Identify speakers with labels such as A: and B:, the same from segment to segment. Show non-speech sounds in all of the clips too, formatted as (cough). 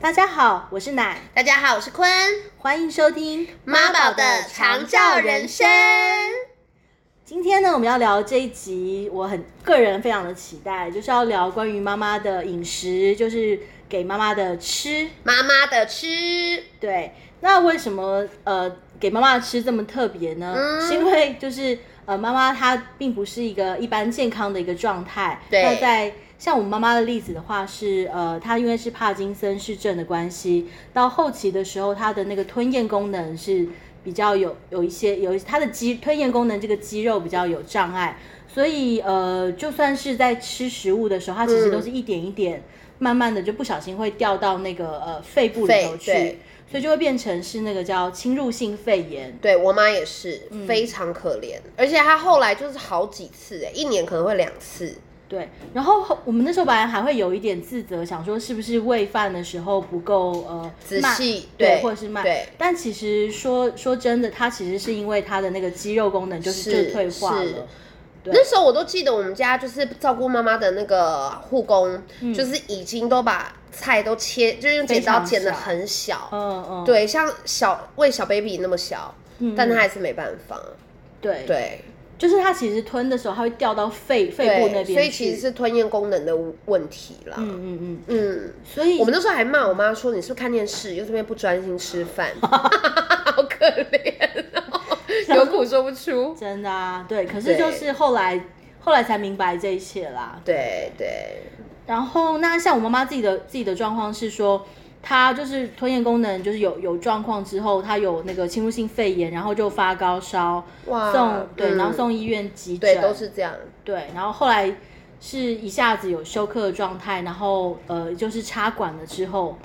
A: 大家好，我是奶，
B: 大家好，我是坤，
A: 欢迎收听
B: 妈宝的长照人生。
A: 今天呢，我们要聊这一集，我很个人非常的期待，就是要聊关于妈妈的饮食，就是给妈妈的吃。
B: 妈妈的吃，
A: 对，那为什么呃给妈妈吃这么特别呢？
B: 嗯
A: 是因为就是呃妈妈她并不是一个一般健康的一个状态。
B: 对
A: 那在像我们妈妈的例子的话是呃她因为是帕金森氏症的关系，到后期的时候她的那个吞咽功能是比较有有一些有一她的肌吞咽功能这个肌肉比较有障碍。所以，呃，就算是在吃食物的时候，它其实
B: 嗯
A: 都是一点一点，慢慢的就不小心会掉到那个呃肺部里头
B: 肺
A: 去。
B: 对
A: 所以就会变成是那个叫侵入性肺炎。
B: 对我妈也是、
A: 嗯
B: 非常可怜，而且她后来就是好几次、哎，一年可能会两次。
A: 对，然后我们那时候本来还会有一点自责，想说是不是喂饭的时候不够呃
B: 仔
A: 慢
B: 细
A: 对，
B: 对
A: 或者是慢。
B: 对
A: 但其实说说真的，它其实是因为它的那个肌肉功能就是
B: 是
A: 就退化
B: 是
A: 了。对
B: 那时候我都记得我们家就是照顾妈妈的那个护工，
A: 嗯
B: 就是已经都把菜都切，就是用剪刀
A: 非常
B: 剪的
A: 小
B: 很小，
A: 嗯嗯，
B: 对，像小喂小 baby 那么小，但她还是没办法，
A: 对
B: 对
A: 就是它其实吞的时候，它会掉到肺肺部那边
B: 对，
A: 去。
B: 所以其实是吞咽功能的问题啦。
A: 嗯嗯嗯，
B: 嗯，
A: 所以
B: 我们那时候还骂我妈说：“你是不是看电视，又这边不专心吃饭， (laughs) 好可怜哦，有苦说不出。
A: 真的啊，对，可是就
B: 对
A: 是后来后来才明白这一切啦。”
B: 对对，
A: 然后那像我妈妈自己的自己的状况是说，她就是吞咽功能就是有有状况之后，她有那个侵入性肺炎，然后就发高烧，
B: 哇
A: 送对，
B: 嗯
A: 然后送医院急诊，
B: 对都是这样。
A: 对然后后来是一下子有休克的状态，然后呃就是插管了之后。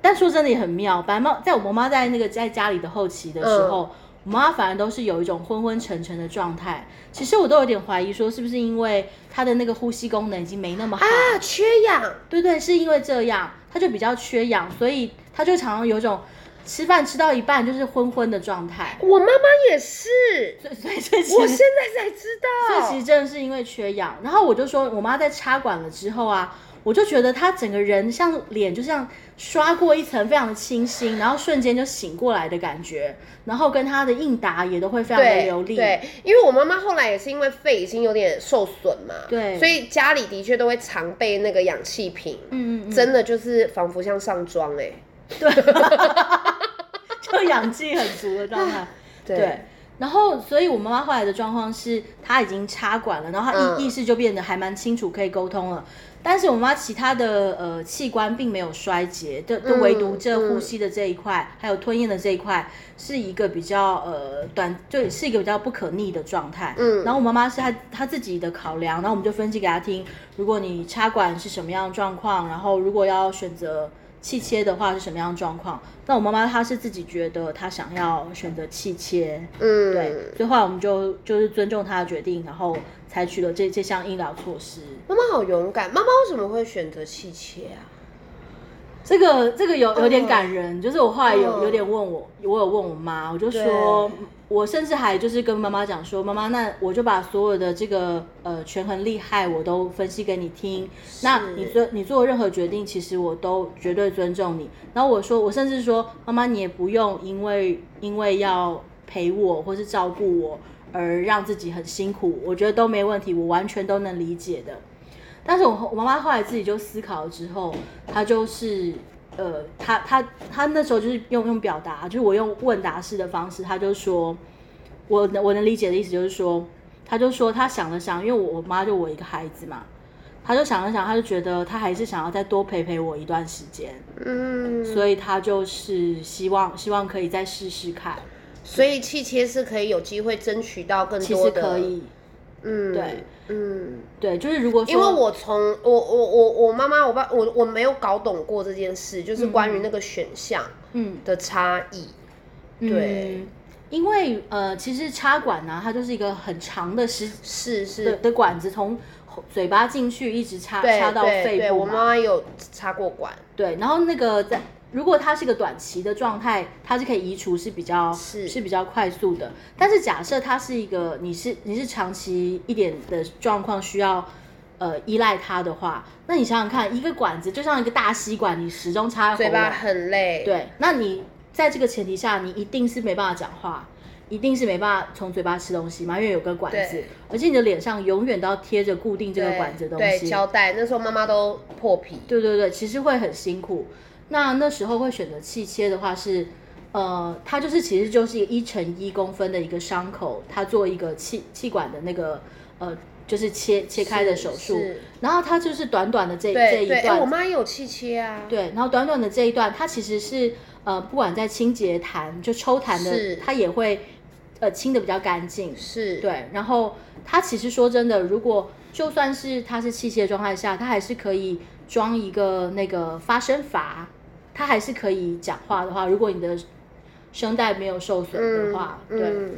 A: 但说真的也很妙，白猫在我妈妈在那个在家里的后期的时候，
B: 嗯
A: 我妈反而都是有一种昏昏沉沉的状态。其实我都有点怀疑，说是不是因为她的那个呼吸功能已经没那么好，
B: 啊，缺氧，
A: 对对，是因为这样，他就比较缺氧，所以他就常常有种吃饭吃到一半就是昏昏的状态。
B: 我妈妈也是，
A: 所以所以这其
B: 我
A: 实
B: 现在才知
A: 这
B: 道
A: 其。实真的是因为缺氧。然后我就说，我妈在插管了之后啊，我就觉得她整个人像脸就像刷过一层非常的清新，然后瞬间就醒过来的感觉，然后跟她的应答也都会非常的
B: 对
A: 流利。
B: 对，因为我妈妈后来也是因为肺已经有点受损嘛，
A: 对
B: 所以家里的确都会常备那个氧气瓶，
A: 嗯嗯嗯，
B: 真的就是仿佛像上妆哎、
A: 就氧气很足的状
B: (laughs)
A: 态。
B: 对
A: 对，然后所以我妈妈后来的状况是，她已经插管了，然后她意、
B: 嗯
A: 意识就变得还蛮清楚，可以沟通了。但是我妈其他的呃器官并没有衰竭，就就
B: 嗯
A: 唯独这
B: 嗯
A: 呼吸的这一块，还有吞咽的这一块，是一个比较呃短，就是一个比较不可逆的状态。
B: 嗯
A: 然后我妈妈是她她自己的考量，然后我们就分析给她听，如果你插管是什么样的状况，然后如果要选择气切的话是什么样的状况。那我妈妈她是自己觉得她想要选择气切，
B: 嗯，
A: 对，所以后来我们就就是尊重她的决定，然后采取了这这项医疗措施。
B: 妈妈好勇敢，妈妈为什么会选择气切啊？
A: 这个这个有有点
B: 哦
A: 感人，就是我后来有
B: 嗯
A: 有点问我，我有问我妈，我就说
B: 对，
A: 我甚至还就是跟妈妈讲说，妈妈，那我就把所有的这个呃权衡利害我都分析给你听，那你做你做任何决定，其实我都绝对尊重你。然后我说，我甚至说，妈妈你也不用因为因为要陪我或是照顾我而让自己很辛苦，我觉得都没问题，我完全都能理解的。但是我后我妈妈后来自己就思考了之后，她就是呃，她她她那时候就是用用表达，就是我用问答式的方式，她就说，我能我能理解的意思就是说，她就说她想了想，因为我我妈就我一个孩子嘛，她就想了想，她就觉得她还是想要再多陪陪我一段时间，
B: 嗯，
A: 所以她就是希望希望可以再试试看，
B: 所以气切是可以有机会争取到更
A: 其实
B: 多的，
A: 可以，
B: 嗯，
A: 对，
B: 嗯，
A: 对，就是如果说
B: 因为我从我我我我妈妈我爸我我没有搞懂过这件事，就是关于那个选项
A: 嗯。
B: 的差异，对
A: 嗯，因为呃，其实插管呢、它就是一个很长的时
B: 是
A: 的
B: 是，
A: 的管子，从嘴巴进去一直插
B: 对
A: 插到
B: 对
A: 肺
B: 对，
A: 部
B: 我妈
A: 嘛。
B: 妈有插过管，
A: 对，然后那个在如果它是个短期的状态，它是可以移除，是比较
B: 是
A: 比较快速的。但是假设它是一个你是你是长期一点的状况，需要呃依赖它的话，那你想想看，一个管子就像一个大吸管，你始终插在
B: 嘴
A: 喉
B: 巴
A: 咙，
B: 很累，，
A: 对，那你在这个前提下，你一定是没办法讲话，一定是没办法从嘴巴吃东西嘛，因为有个管子
B: 对，
A: 而且你的脸上永远都要贴着固定这个管子的东
B: 对
A: 西，
B: 胶带，那时候妈妈都破皮，
A: 对对对，其实会很辛苦。那那时候会选择气切的话是，呃，它就是其实就是一个一乘一公分的一个伤口，它做一个气气管的那个呃，就是切切开的
B: 是
A: 手术
B: 是。
A: 然后它就是短短的这这
B: 对
A: 一
B: 对，哎、
A: 段
B: 我妈也有气切啊，
A: 对，然后短短的这一段，它其实是呃，不管在清洁痰就抽痰
B: 是
A: 的，它也会呃清的比较干净。
B: 是，
A: 对，然后它其实说真的，如果就算是它是器械状态下，它还是可以装一个那个发声阀，它还是可以讲话的话，如果你的声带没有受损的话，对。
B: 嗯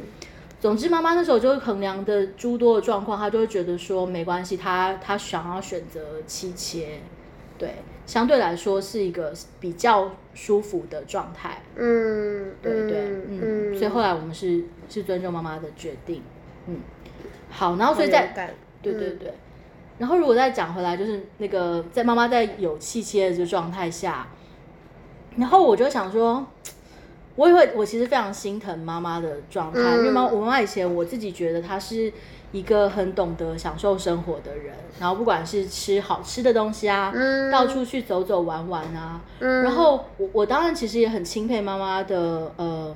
A: 总之，妈妈那时候就会衡量的诸多的状况，她就会觉得说没关系，她她想要选择妻切，对，相对来说是一个比较舒服的状态，
B: 嗯，
A: 对对，嗯，所以后
B: 来
A: 来我们是是尊重妈妈的决定，嗯，好，然后所以在对对
B: 嗯
A: 对。然后如果再讲回来，就是那个在妈妈在有气切的这个状态下，然后我就想说，我也会，我其实非常心疼妈妈的状态，因为妈
B: 嗯
A: 我妈妈以前我自己觉得她是一个很懂得享受生活的人，然后不管是吃好吃的东西啊，
B: 嗯
A: 到处去走走玩玩啊，
B: 嗯
A: 然后我我当然其实也很钦佩妈妈的呃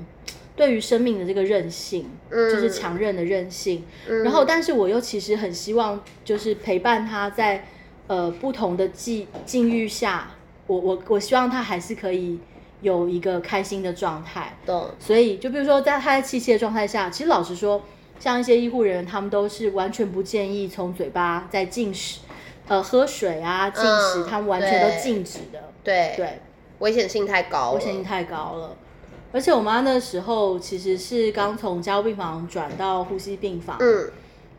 A: 对于生命的这个韧性，就是
B: 嗯
A: 强韧的韧性。然后，但是我又其实很希望，就是陪伴他在呃不同的境境遇下，我我我希望他还是可以有一个开心的状态。
B: 懂，
A: 所以，就比如说在他在器械状态下，其实老实说，像一些医护人员，他们都是完全不建议从嘴巴在进食，呃，喝水啊、进食，
B: 嗯
A: 他们完全
B: 对
A: 都禁止的。
B: 对，
A: 对，
B: 危险性太高了，
A: 危险性太高了。而且我妈那时候其实是刚从加护病房转到呼吸病房，
B: 嗯，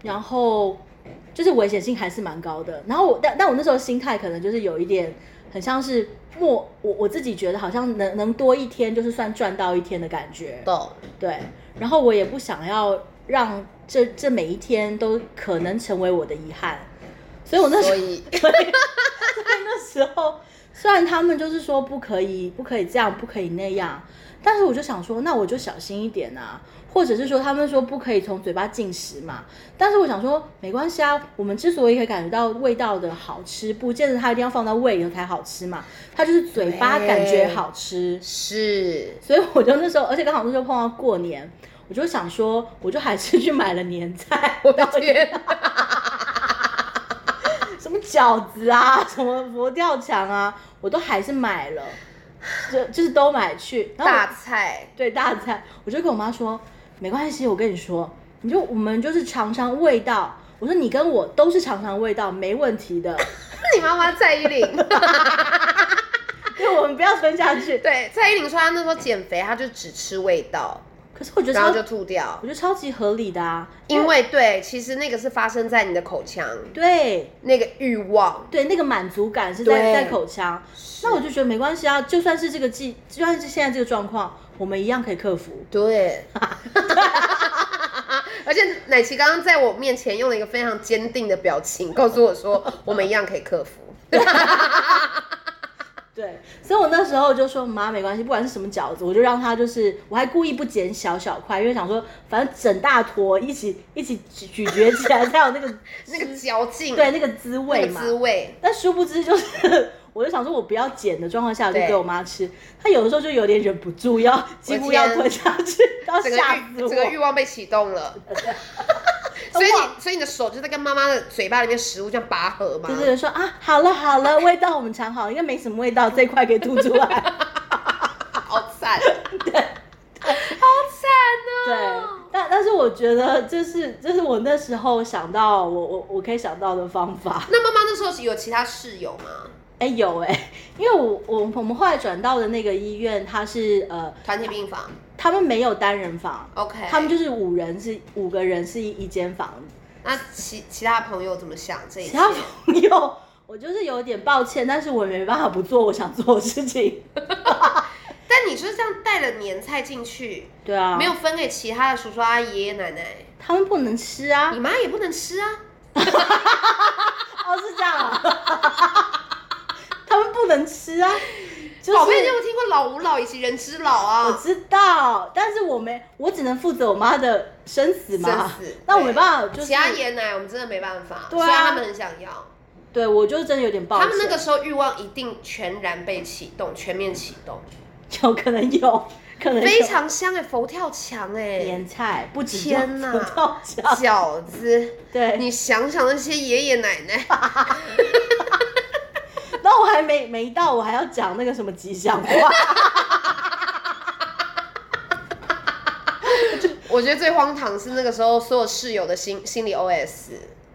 A: 然后就是危险性还是蛮高的。然后我但但我那时候心态可能就是有一点很像是末我我自己觉得好像能能多一天就是算赚到一天的感觉，
B: 懂，
A: 对。然后我也不想要让这这每一天都可能成为我的遗憾，所以我那时候
B: 所以
A: 那时候虽然他们就是说不可以，不可以这样，不可以那样，但是我就想说，那我就小心一点啊，或者是说他们说不可以从嘴巴进食嘛，但是我想说没关系啊，我们之所以可以感觉到味道的好吃，不见得它一定要放到胃里头才好吃嘛，它就是嘴巴
B: 对
A: 感觉好吃， (laughs)
B: 是
A: 所以我就那时候，而且刚好那时候碰到过年，我就想说，我就还是去买了年菜， (laughs)
B: 我的天，
A: 什么饺子啊， (laughs) 什么佛跳墙啊，我都还是买了，就就是都买去。然后我
B: 大菜，
A: 对大餐，我就跟我妈说，没关系，我跟你说，你就我们就是尝尝味道。我说你跟我都是尝尝味道，没问题
B: (laughs)
A: 的，
B: 你妈妈蔡
A: (laughs)
B: 依林，
A: 因为我们不要吞下去。
B: 对，蔡依林说她那时候减肥，她就只吃味道，
A: 可是我觉得
B: 然
A: 超，
B: 后就吐掉
A: 我，觉得超级合理的啊，
B: 因为对，其实那个是发生在你的口腔，
A: 对
B: 那个欲望，
A: 对，那个满足感是
B: 对
A: 在在口腔。那我就觉得没关系啊，就算是这个季，就算是现在这个状况，我们一样可以克服。
B: 对， (laughs) 而且奶琪刚刚在我面前用了一个非常坚定的表情，告诉我说我们一样可以克服。
A: (laughs) 对，所以我那时候就说妈没关系，不管是什么饺子，我就让他就是，我还故意不剪小小块，因为想说反正整大坨一起一起咀咀嚼起来才有那个
B: 那个嚼劲，
A: 对那个滋
B: 那
A: 味
B: 个
A: 嘛。
B: 滋
A: (laughs)
B: 味，
A: 但殊不知就是，我就想说我不要剪的状况下，我就
B: 对
A: 给我妈吃，她有的时候就有点忍不住要几乎要
B: 天
A: 吞下去，然后
B: 整个
A: 吓
B: 欲
A: 死我。呃
B: 整个欲望被启动了。所以你所以你的手就在跟妈妈的嘴巴里面食物这样拔河嘛？
A: 就是说啊，好了好了，味道我们尝好了，应该没什么味道，这一块给吐出来。
B: 好
A: (laughs)
B: 惨，好
A: 对
B: 惨哦。，
A: 但但是我觉得这是这是我那时候想到我我我可以想到的方法。
B: 那妈妈那时候有其他室友吗？
A: 哎、有哎、因为我我我们后来转到的那个医院，它是呃，
B: 团体病房
A: 他们没有单人房，
B: ，OK。
A: 他们就是五人是五个人是一一间房。
B: 那其其他朋友怎么想这一
A: 其
B: 切？
A: 他朋友，我就是有点抱歉，但是我没办法不做我想做的事情。
B: 但你就是这样带了年菜进去，
A: 对啊，
B: 没有分给其他的叔叔阿姨、爷爷奶奶，
A: 他们不能吃啊
B: 你。妈也不能吃啊。
A: 哦， (laughs) 实啊，就是
B: 宝贝，你有听过老吾老以及人之老
A: 我
B: 啊？
A: 知道，但是我没，我只能负责我妈的生死嘛。
B: 生死
A: 但我没办法，就是
B: 其他爷奶我们真的没办法，
A: 对啊
B: 虽然他们很想要，
A: 对我就真的有点抱歉。
B: 他们那个时候欲望一定全然被启动，全面启动，
A: (laughs) 有可能有，可能有
B: 非常香哎、佛跳墙哎、
A: 年菜，不止
B: 天哪
A: 哪，跳墙，
B: 饺子，
A: 对，
B: 你想想那些爷爷奶
A: (laughs)
B: 奶，
A: 然后我还没没到，我还要讲那个什么吉祥话，
B: 我觉得最荒唐是那个时候所有室友的心心理 OS，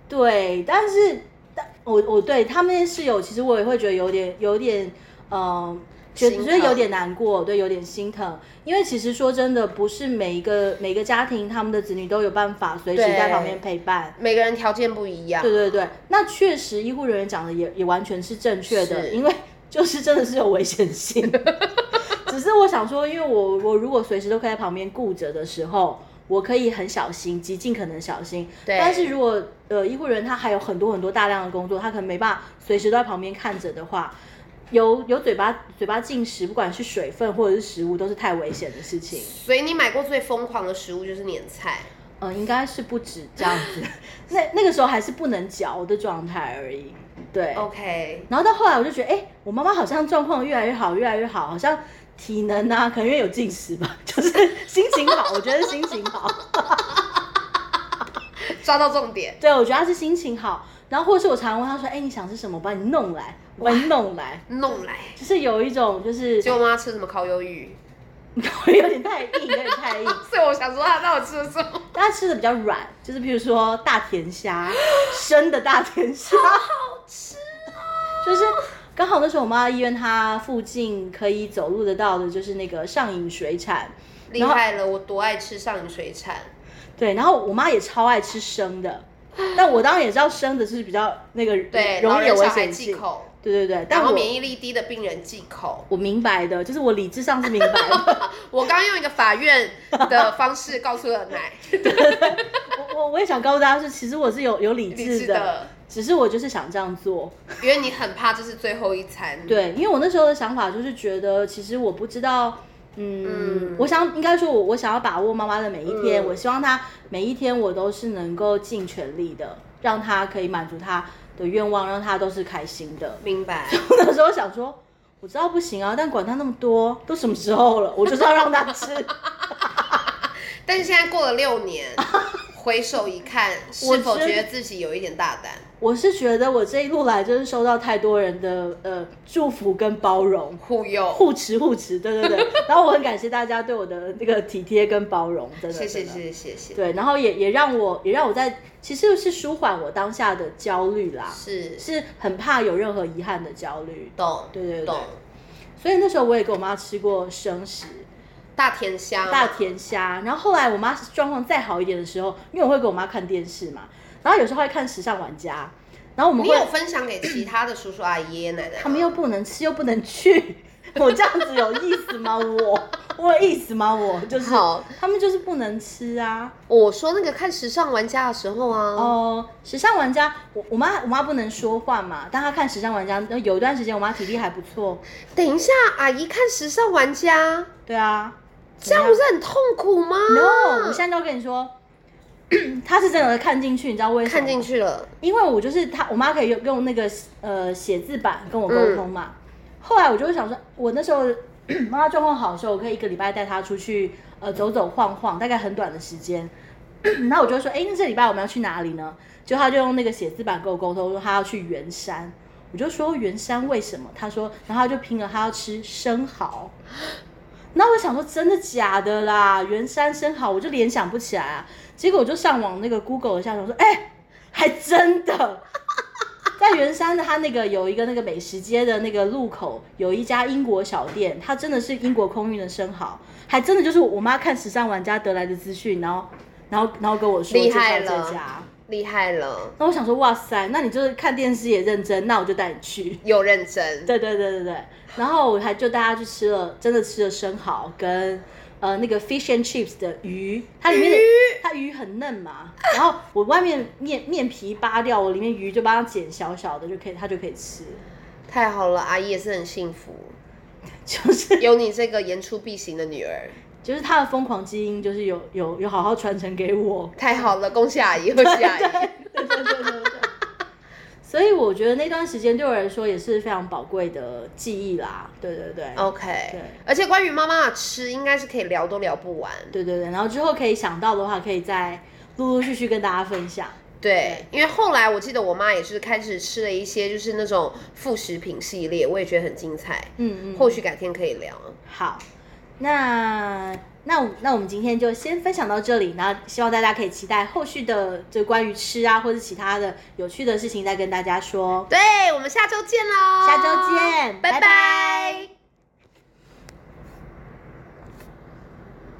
A: 对，但是但我我对他们那些室友，其实我也会觉得有点有点，呃，觉
B: 心
A: 觉
B: 疼
A: 得有点难过，对，有点心疼，因为其实说真的，不是每一个每个家庭他们的子女都有办法随时
B: 对
A: 在旁边陪伴。
B: 每个人条件不一样，
A: 对对对，那确实医护人员讲的也也完全是正确的，
B: 是
A: 因为就是真的是有危险性。 (laughs) 只是我想说，因为我我如果随时都可以在旁边顾着的时候，我可以很小心，极尽可能小心。
B: 对
A: 但是如果呃医护人员他还有很多很多大量的工作，他可能没办法随时都在旁边看着的话。有有嘴巴嘴巴进食，不管是水分或者是食物，都是太危险的事情。
B: 所以你买过最疯狂的食物就是年菜，
A: 呃，应该是不止这样子， (laughs) 那那个时候还是不能嚼的状态而已。对
B: OK，
A: 然后到后来我就觉得，哎、我妈妈好像状况越来越好，越来越好，好像体能啊，可能因为有进食吧， (laughs) 就是心情好，我觉得是心情
B: (laughs)
A: 好，
B: 抓到重点，
A: 对我觉得她是心情好。然后或是我常常问她说，哎、你想吃什么？我帮你弄来，我帮你弄来，
B: 弄来。
A: 就是有一种就是 (laughs)
B: 结果妈吃什么烤鱿鱼，
A: 有点太硬，有点太硬。
B: 所以我想说
A: 啊
B: 她到底吃了什么？
A: 但她吃的比较软，就是譬如说大甜虾，生的大甜虾，
B: 好吃哦
A: 就是刚好那时候我妈医院她附近可以走路得到的就是那个上影水产。
B: 厉害了！我多爱吃上瘾水产，
A: 对，然后我妈也超爱吃生的，但我当然也知道生的是比较那个
B: 对，
A: 容
B: 老
A: 易有
B: 人
A: 危
B: 小孩
A: 险
B: 忌
A: 性。
B: 口，
A: 对对对，但
B: 然后
A: 我
B: 免疫力低的病人忌口。
A: 我明白的，就是我理智上是明白
B: (laughs)
A: 的。
B: 我刚刚用一个法院的方式告诉了奶，
A: 我我我也想告诉大家是，其实我 (laughs) 是有有理
B: 理
A: 智
B: 智
A: 的，
B: 的
A: 只是我就是想这样做。
B: 因为你很怕这是最后一餐。
A: 对，因为我那时候的想法就是觉得，其实我不知道，嗯，我想应该说我，我想要把握妈妈的每一天，
B: 嗯
A: 我希望她每一天我都是能够尽全力的，让她可以满足她的愿望，让她都是开心的。(laughs)
B: 明白。
A: 我那时候想说，我知道不行啊，但管他那么多，都什么时候了，我就是要让他吃。 (laughs)
B: 但是现在过了六
A: (laughs)
B: 年，回首一看，
A: 我
B: 是否
A: 觉得
B: 觉得自己有一点大胆？
A: 我是觉得我这一路来真是收到太多人的呃祝福跟包容。
B: 忽悠，
A: 互持互持，对对对，然后我很感谢大家对我的那个体贴跟包容，真的，
B: 谢谢
A: 真的
B: 谢谢谢谢，
A: 对，然后也也让我也让我在其实是舒缓我当下的焦虑啦，
B: 是
A: 是很怕有任何遗憾的焦虑，
B: 懂
A: 对对对
B: 懂，
A: 所以那时候我也给我妈吃过生食，
B: 大甜香
A: 大甜虾。然后后来我妈状况再好一点的时候，因为我会给我妈看电视嘛，然后有时候会看《时尚玩家》，然后我们
B: 你
A: 会
B: 有分享给其他的叔叔阿姨、爷爷奶奶吗？
A: 他们又不能吃又不能去，我这样子有意思吗？我我有意思吗？我就是
B: 好
A: 他们就是不能吃啊。
B: 我说那个看时尚玩家的时候啊，
A: 哦、时尚玩家，我我妈我妈不能说话嘛，但她看时尚玩家，那有一段时间我妈体力还不错，
B: 等一下，阿姨看时尚玩家，
A: 对啊。
B: 这样不是很痛苦吗
A: no，我现在就跟你说， (clears throat) 她是真的看进去，你知道为什么吗？
B: 看进去了，
A: 因为我就是他，我妈可以用用那个呃写字板跟我沟通嘛。后来我就会想说，我那时候 (clears throat) 妈妈状况好的时候，我可以一个礼拜带她出去呃走走晃晃，大概很短的时间。 (clears throat) 然后我就会说，哎，那这礼拜我们要去哪里呢？就她就用那个写字板跟我沟通，说她要去圆山。我就说圆山为什么？她说，然后她就拼了，她要吃生蚝。那我想说，真的假的啦？圆山生蚝，我就联想不起来啊。结果我就上网那个 Google 一下，想说，哎、还真的， (laughs) 在圆山的它那个有一个那个美食街的那个路口，有一家英国小店，它真的是英国空运的生蚝，还真的就是我妈看时尚玩家得来的资讯，然后然后然后跟我说
B: 厉害
A: 介绍这
B: 了
A: 家。
B: 厉害了，
A: 那我想说，哇塞，那你就是看电视也认真，那我就带你去。
B: 有认真，
A: 对对对对对，然后我还就带他去吃了，真的吃了生蚝跟呃那个 fish and chips 的鱼，它里面的
B: 鱼
A: 它鱼很嫩嘛，然后我外面面面皮扒掉，我里面鱼就帮它剪小小的，就可以它就可以吃。 (laughs)
B: 太好了，阿姨也是很幸福，
A: 就是
B: 有你这个言出必行的女儿，
A: 就是他的疯狂基因，就是有有有好好传承给我。 (laughs)
B: 太好了，恭喜阿姨，恭喜阿姨。
A: 对对对对对。所以我觉得那段时间对我来说也是非常宝贵的记忆啦。对对对。
B: OK，
A: 对
B: 而且关于妈妈的吃，应该是可以聊都聊不完。
A: 对对对，然后之后可以想到的话，可以再陆陆续续跟大家分享。
B: 对，因为后来我记得我妈也是开始吃了一些就是那种副食品系列，我也觉得很精彩。
A: 嗯嗯，
B: 或许改天可以聊。
A: 好，那那我那我们今天就先分享到这里，然后希望大家可以期待后续的就关于吃啊或者其他的有趣的事情再跟大家说。
B: 对，我们下周见喽！
A: 下周见
B: 拜
A: 拜拜